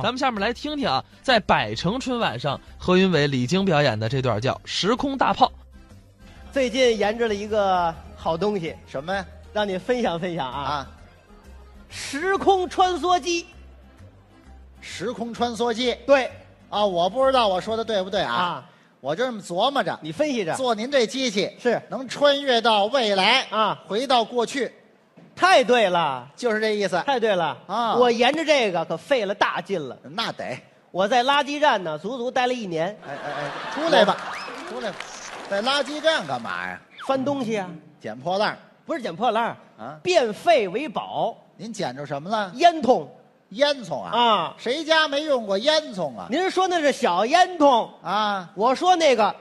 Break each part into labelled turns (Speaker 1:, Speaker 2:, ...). Speaker 1: 咱们下面来听听啊，在百城春晚上，何云伟、李菁表演的这段叫《时空大炮》。
Speaker 2: 最近研制了一个好东西，
Speaker 3: 什么呀？
Speaker 2: 让你分享分享啊！
Speaker 3: 啊，
Speaker 2: 时空穿梭机，
Speaker 3: 时空穿梭机
Speaker 2: 对
Speaker 3: 啊！我不知道我说的对不对啊？
Speaker 2: 啊，
Speaker 3: 我就这么琢磨着，
Speaker 2: 你分析着，
Speaker 3: 做您这机器
Speaker 2: 是
Speaker 3: 能穿越到未来
Speaker 2: 啊
Speaker 3: 回到过去，
Speaker 2: 太对了，
Speaker 3: 就是这意思。
Speaker 2: 太对了
Speaker 3: 啊
Speaker 2: 我研制这个可费了大劲了，
Speaker 3: 那得，
Speaker 2: 我在垃圾站呢，足足待了一年，
Speaker 3: 哎哎哎，出来吧，出来吧，在垃圾站干嘛呀？
Speaker 2: 翻东西啊，
Speaker 3: 捡破烂儿
Speaker 2: 不是捡破烂儿
Speaker 3: 嗯啊
Speaker 2: 变废为宝，
Speaker 3: 您捡着什么了？
Speaker 2: 烟筒
Speaker 3: 烟囱啊！
Speaker 2: 啊，
Speaker 3: 谁家没用过烟囱啊？
Speaker 2: 您说那是小烟筒，
Speaker 3: 啊，
Speaker 2: 我说那个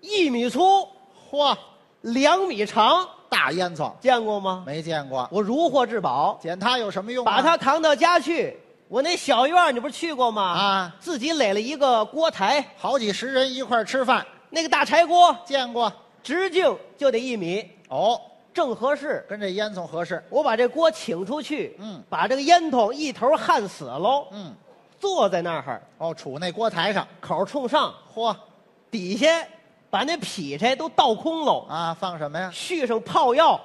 Speaker 2: 一米粗，
Speaker 3: 嚯，
Speaker 2: 两米长，
Speaker 3: 大烟囱
Speaker 2: 见过吗？
Speaker 3: 没见过，
Speaker 2: 我如获至宝。
Speaker 3: 捡它有什么用啊？
Speaker 2: 把它扛到家去。我那小院儿你不是去过吗？
Speaker 3: 啊
Speaker 2: 自己垒了一个锅台，
Speaker 3: 好几十人一块儿吃饭，
Speaker 2: 那个大柴锅
Speaker 3: 见过
Speaker 2: 直径就得一米，
Speaker 3: 哦，
Speaker 2: 正合适。
Speaker 3: 跟这烟囱合适。
Speaker 2: 我把这锅请出去，
Speaker 3: 嗯
Speaker 2: 把这个烟筒一头焊死喽，
Speaker 3: 嗯，
Speaker 2: 坐在那儿，
Speaker 3: 哦，杵那锅台上，
Speaker 2: 口冲上，
Speaker 3: 嚯
Speaker 2: 底下把那劈柴都倒空喽，
Speaker 3: 啊，放什么呀？
Speaker 2: 续上炮药，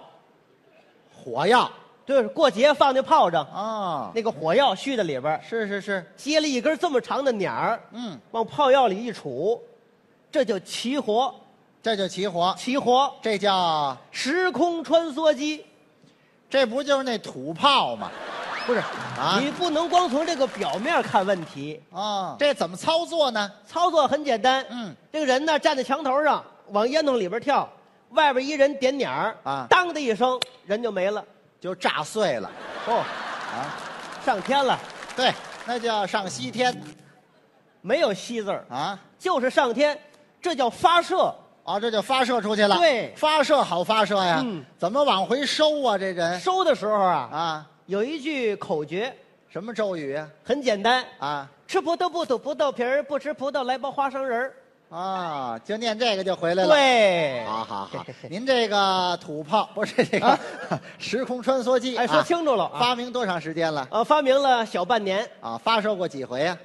Speaker 3: 火药
Speaker 2: 就是过节放那炮仗，
Speaker 3: 啊，
Speaker 2: 那个火药续在里边儿，
Speaker 3: 是是是，
Speaker 2: 接了一根这么长的捻儿，
Speaker 3: 嗯，
Speaker 2: 往炮药里一杵，这就齐活，
Speaker 3: 这就起火，
Speaker 2: 齐活。
Speaker 3: 这叫
Speaker 2: 时空穿梭机，
Speaker 3: 这不就是那土炮吗？
Speaker 2: 不是
Speaker 3: 啊
Speaker 2: 你不能光从这个表面看问题，
Speaker 3: 啊，这怎么操作呢？
Speaker 2: 操作很简单。
Speaker 3: 嗯，
Speaker 2: 这个人呢站在墙头上，往烟囱里边跳，外边一人点捻儿，
Speaker 3: 啊
Speaker 2: 当的一声，人就没了，
Speaker 3: 就炸碎了
Speaker 2: 哦，
Speaker 3: 啊！
Speaker 2: 上天了，
Speaker 3: 对，那叫上西天
Speaker 2: 没有西字儿，
Speaker 3: 啊！
Speaker 2: 就是上天，这叫发射。
Speaker 3: 哦，这就发射出去了。
Speaker 2: 对
Speaker 3: 发射好发射呀。
Speaker 2: 嗯
Speaker 3: 怎么往回收啊？这人
Speaker 2: 收的时候啊，
Speaker 3: 啊，
Speaker 2: 有一句口诀，
Speaker 3: 什么咒语啊？
Speaker 2: 很简单，
Speaker 3: 啊
Speaker 2: 吃葡萄不吐葡萄皮儿，不吃葡萄来包花生仁儿。
Speaker 3: 啊，就念这个就回来了。啊
Speaker 2: 对，
Speaker 3: 好好好，您这个土炮不是这个、
Speaker 2: 啊
Speaker 3: 时空穿梭机，
Speaker 2: 哎，说
Speaker 3: 啊
Speaker 2: 清楚了啊，
Speaker 3: 发明多长时间了？
Speaker 2: 呃，发明了小半年，
Speaker 3: 啊，发射过几回呀、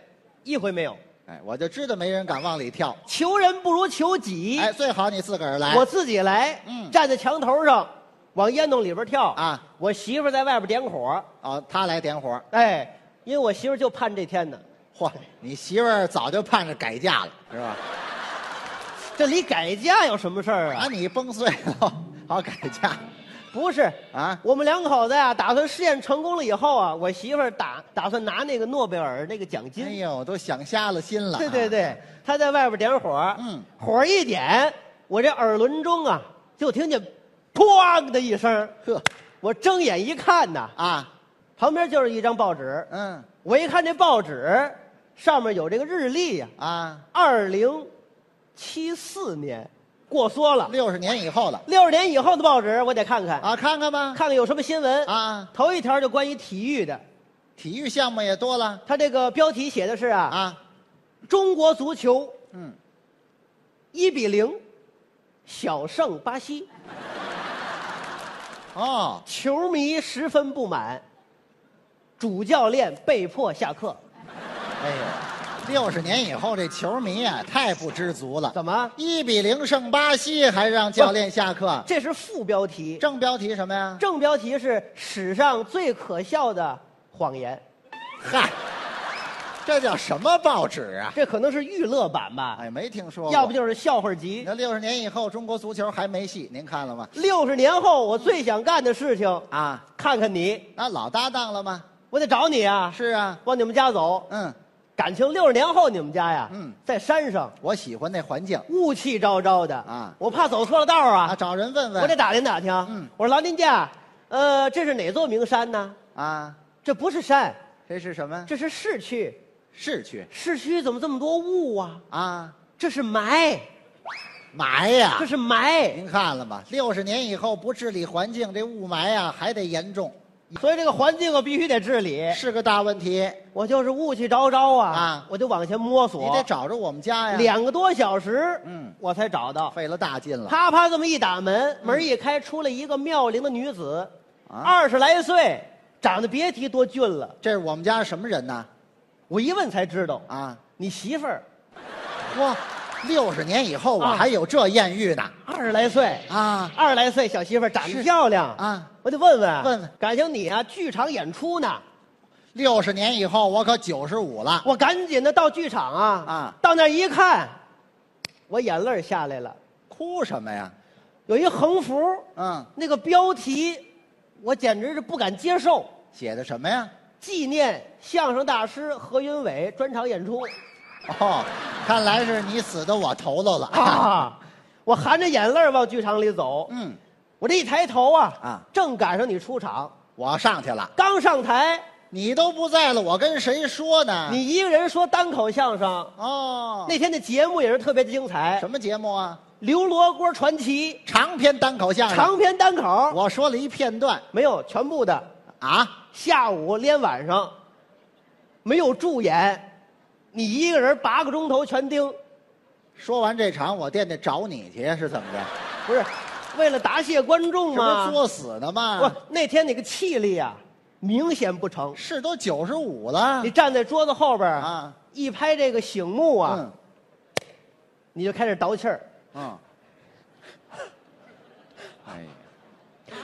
Speaker 2: 一回没有。
Speaker 3: 哎，我就知道没人敢往里跳。
Speaker 2: 求人不如求己，
Speaker 3: 哎，最好你自个儿来。
Speaker 2: 我自己来，
Speaker 3: 嗯
Speaker 2: 站在墙头上，往烟囱里边跳
Speaker 3: 啊！
Speaker 2: 我媳妇儿在外边点火，
Speaker 3: 哦，他来点火。
Speaker 2: 哎，因为我媳妇儿就盼这天呢，
Speaker 3: 嚯，你媳妇儿早就盼着改嫁了，是吧？
Speaker 2: 这离改嫁有什么事儿
Speaker 3: 把
Speaker 2: 啊？
Speaker 3: 你崩碎了， 好改嫁
Speaker 2: 不是，
Speaker 3: 啊？
Speaker 2: 我们两口子呀、打算试验成功了以后啊，我媳妇儿打打算拿那个诺贝尔那个奖
Speaker 3: 哎
Speaker 2: 金。
Speaker 3: 呦，都想瞎了心了。啊
Speaker 2: 对对，对，她在外边点火，
Speaker 3: 嗯，
Speaker 2: 火一点，我这耳轮中啊，就听见咣的一声，
Speaker 3: 呵
Speaker 2: 我睁眼一看呐，
Speaker 3: 啊，
Speaker 2: 旁边就是一张报纸，
Speaker 3: 嗯
Speaker 2: 我一看这报纸，上面有这个日历呀、
Speaker 3: 啊，
Speaker 2: 2二零七四年，过缩了。
Speaker 3: 六十年以后了
Speaker 2: 六十年以后的报纸，我得看看，
Speaker 3: 啊，看看吧。
Speaker 2: 看看有什么新闻。
Speaker 3: 啊，
Speaker 2: 头一条就关于体育的，
Speaker 3: 体育项目也多了
Speaker 2: 它这个标题写的是啊，
Speaker 3: 啊，
Speaker 2: 中国足球
Speaker 3: 嗯，
Speaker 2: 一比零小胜巴西，
Speaker 3: 哦，
Speaker 2: 球迷十分不满，主教练被迫下课。
Speaker 3: 哎呦，六十年以后这球迷啊，太不知足了。
Speaker 2: 怎么？
Speaker 3: 一比零胜巴西，还让教练下课？
Speaker 2: 这是副标题。
Speaker 3: 正标题什么呀？
Speaker 2: 正标题是史上最可笑的谎言，
Speaker 3: 嗨，这叫什么报纸啊？
Speaker 2: 这可能是娱乐版吧，
Speaker 3: 哎，没听说过。
Speaker 2: 要不就是笑话
Speaker 3: 你
Speaker 2: 集。
Speaker 3: 看六十年以后中国足球还没戏，您看了吗？
Speaker 2: 六十年后，我最想干的事情，
Speaker 3: 啊，
Speaker 2: 看看你，
Speaker 3: 那老搭档了吗？
Speaker 2: 我得找你啊，
Speaker 3: 是啊，
Speaker 2: 往你们家走。
Speaker 3: 嗯，
Speaker 2: 感情六十年后你们家呀，
Speaker 3: 嗯
Speaker 2: 在山上，
Speaker 3: 我喜欢那环境
Speaker 2: 雾气昭昭的
Speaker 3: 啊
Speaker 2: 我怕走错了道儿
Speaker 3: 啊，
Speaker 2: 啊，
Speaker 3: 找人问问。
Speaker 2: 我得打听打听。
Speaker 3: 嗯
Speaker 2: 我说老林家，呃，这是哪座名山呢？
Speaker 3: 啊，
Speaker 2: 这不是山，
Speaker 3: 这是什么？
Speaker 2: 这是市区。
Speaker 3: 市区
Speaker 2: 市区怎么这么多雾啊？
Speaker 3: 啊，
Speaker 2: 这是霾，
Speaker 3: 霾呀、
Speaker 2: 这是霾。
Speaker 3: 您看了吗？六十年以后不治理环境，这雾霾呀、还得严重，
Speaker 2: 所以这个环境啊我必须得治理。
Speaker 3: 是个大问题。
Speaker 2: 我就是雾气昭昭啊，
Speaker 3: 啊
Speaker 2: 我就往前摸索，
Speaker 3: 你得找着我们家呀，
Speaker 2: 两个多小时，
Speaker 3: 嗯
Speaker 2: 我才找到。
Speaker 3: 费了大劲了。
Speaker 2: 啪啪这么一打门，门一开，出来一个妙龄的女子，
Speaker 3: 啊
Speaker 2: 二十来岁，长得别提多俊了，
Speaker 3: 这是我们家什么人呢？
Speaker 2: 我一问才知道，
Speaker 3: 啊！
Speaker 2: 你媳妇儿
Speaker 3: 嚯，六十年以后我
Speaker 2: 啊
Speaker 3: 还有这艳遇呢
Speaker 2: 二十来岁，
Speaker 3: 啊！
Speaker 2: 二十来岁小媳妇儿长得
Speaker 3: 是
Speaker 2: 漂亮
Speaker 3: 啊，
Speaker 2: 我得问问
Speaker 3: 问问，
Speaker 2: 感情你啊，剧场演出呢，
Speaker 3: 六十年以后我可九十五了，
Speaker 2: 我赶紧的到剧场啊，
Speaker 3: 啊
Speaker 2: 到那儿一看，我眼泪儿下来了，
Speaker 3: 哭什么呀？
Speaker 2: 有一横幅，
Speaker 3: 嗯，
Speaker 2: 那个标题，我简直是不敢接受，
Speaker 3: 写的什么呀？
Speaker 2: 纪念相声大师何云伟专场演出
Speaker 3: 哦，看来是你死到我头头了
Speaker 2: 啊， 我含着眼泪儿往剧场里走，
Speaker 3: 嗯，
Speaker 2: 我这一抬头啊，
Speaker 3: 啊
Speaker 2: 正赶上你出场，
Speaker 3: 我上去了，
Speaker 2: 刚上台，
Speaker 3: 你都不在了，我跟谁说呢？
Speaker 2: 你一个人说单口相声，
Speaker 3: 哦，
Speaker 2: 那天的节目也是特别的精彩，
Speaker 3: 什么节目啊？
Speaker 2: 刘罗锅传奇
Speaker 3: 长篇单口相声。
Speaker 2: 长篇单口，
Speaker 3: 我说了一片段
Speaker 2: 没有全部的，
Speaker 3: 啊，
Speaker 2: 下午连晚上，没有助演，你一个人八个钟头全盯，
Speaker 3: 说完这场我惦记找你去是怎么着？
Speaker 2: 不是为了答谢观众
Speaker 3: 这不是
Speaker 2: 吗？
Speaker 3: 作啊死呢吗
Speaker 2: 不？，那天那个气力啊，明显不成。
Speaker 3: 是都九十五了嗯
Speaker 2: 你站在桌子后边儿
Speaker 3: 啊，
Speaker 2: 一拍这个醒目啊，
Speaker 3: 嗯
Speaker 2: 你就开始倒气儿。
Speaker 3: 嗯，哎呀，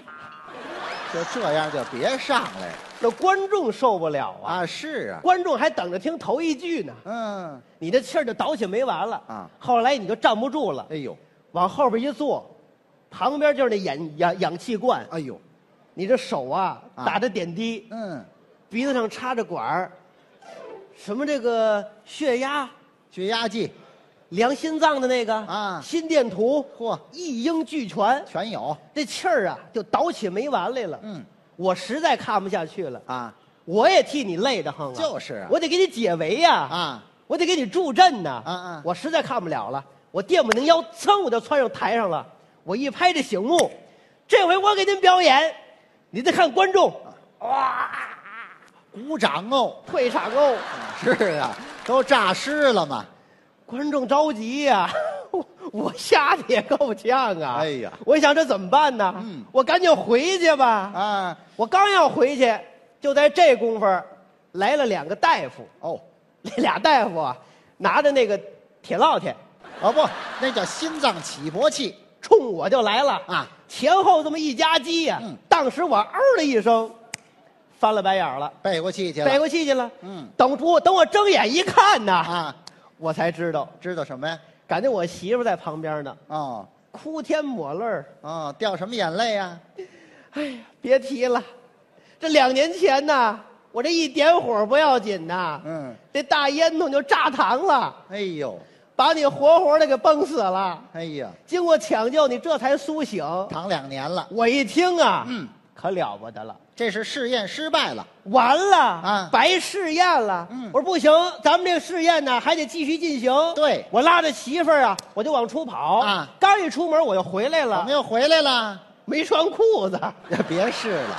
Speaker 3: 就这样就别上来了
Speaker 2: 那观众受不了啊，
Speaker 3: 啊！是啊，
Speaker 2: 观众还等着听头一句呢，
Speaker 3: 嗯，
Speaker 2: 你这气儿就倒起没完了
Speaker 3: 啊
Speaker 2: 后来你就站不住了，
Speaker 3: 哎呦，
Speaker 2: 往后边一坐，旁边就是那氧氧氧气罐，
Speaker 3: 哎呦，
Speaker 2: 你这手啊
Speaker 3: 啊
Speaker 2: 打着点滴，
Speaker 3: 嗯，
Speaker 2: 鼻子上插着管儿，什么这个血压、
Speaker 3: 血压计
Speaker 2: 量心脏的那个
Speaker 3: 啊
Speaker 2: 心电图，
Speaker 3: 嚯
Speaker 2: 一应俱全，
Speaker 3: 全有，
Speaker 2: 这气儿啊就倒起没完来了。
Speaker 3: 嗯
Speaker 2: 我实在看不下去了，
Speaker 3: 啊
Speaker 2: 我也替你累得慌啊。
Speaker 3: 就是啊
Speaker 2: 我得给你解围呀、
Speaker 3: 啊，
Speaker 2: 我得给你助阵呐！
Speaker 3: 啊啊
Speaker 2: 我实在看不了了，我电不灵腰，噌我就窜上台上了。我一拍这醒目，这回我给您表演，你再看观众，
Speaker 3: 鼓掌哦，
Speaker 2: 退场哦！
Speaker 3: 是啊，都诈尸了嘛，
Speaker 2: 观众着急呀、 我我吓得也够呛啊！
Speaker 3: 哎呀
Speaker 2: 我一想这怎么办呢？
Speaker 3: 嗯
Speaker 2: 我赶紧回去吧。
Speaker 3: 啊，
Speaker 2: 我刚要回去，就在这功夫儿来了两个大夫，
Speaker 3: 哦，
Speaker 2: 那俩大夫啊，拿着那个铁烙铁，
Speaker 3: 哦不，那叫心脏起搏器，
Speaker 2: 冲我就来了
Speaker 3: 啊！
Speaker 2: 前后这么一夹击呀、
Speaker 3: 嗯
Speaker 2: 当时我嗷的一声，翻了白眼儿了，
Speaker 3: 背过气去了，
Speaker 2: 背过气去了。
Speaker 3: 嗯
Speaker 2: 等我等我睁眼一看呐，
Speaker 3: 啊，
Speaker 2: 我才知道，
Speaker 3: 知道什么呀？
Speaker 2: 感觉我媳妇在旁边呢，
Speaker 3: 哦
Speaker 2: 哭天抹泪儿。
Speaker 3: 哦，掉什么眼泪啊？
Speaker 2: 哎呀，别提了，这两年前呐，我这一点火不要紧呐，
Speaker 3: 嗯，
Speaker 2: 这大烟囱就炸膛了，
Speaker 3: 哎呦，
Speaker 2: 把你活活的给崩死了。
Speaker 3: 哎呀，
Speaker 2: 经过抢救，你这才苏醒。
Speaker 3: 躺两年了，
Speaker 2: 我一听啊，
Speaker 3: 嗯，
Speaker 2: 可了不得了。
Speaker 3: 这是试验失败了，
Speaker 2: 完了
Speaker 3: 啊
Speaker 2: 白试验了。
Speaker 3: 嗯
Speaker 2: 我说不行，咱们这个试验呢还得继续进行。
Speaker 3: 对
Speaker 2: 我拉着媳妇儿啊，我就往出跑。
Speaker 3: 啊
Speaker 2: 刚一出门我就回来
Speaker 3: 我
Speaker 2: 了
Speaker 3: 们，又回来了，
Speaker 2: 没穿裤子。
Speaker 3: 别试了，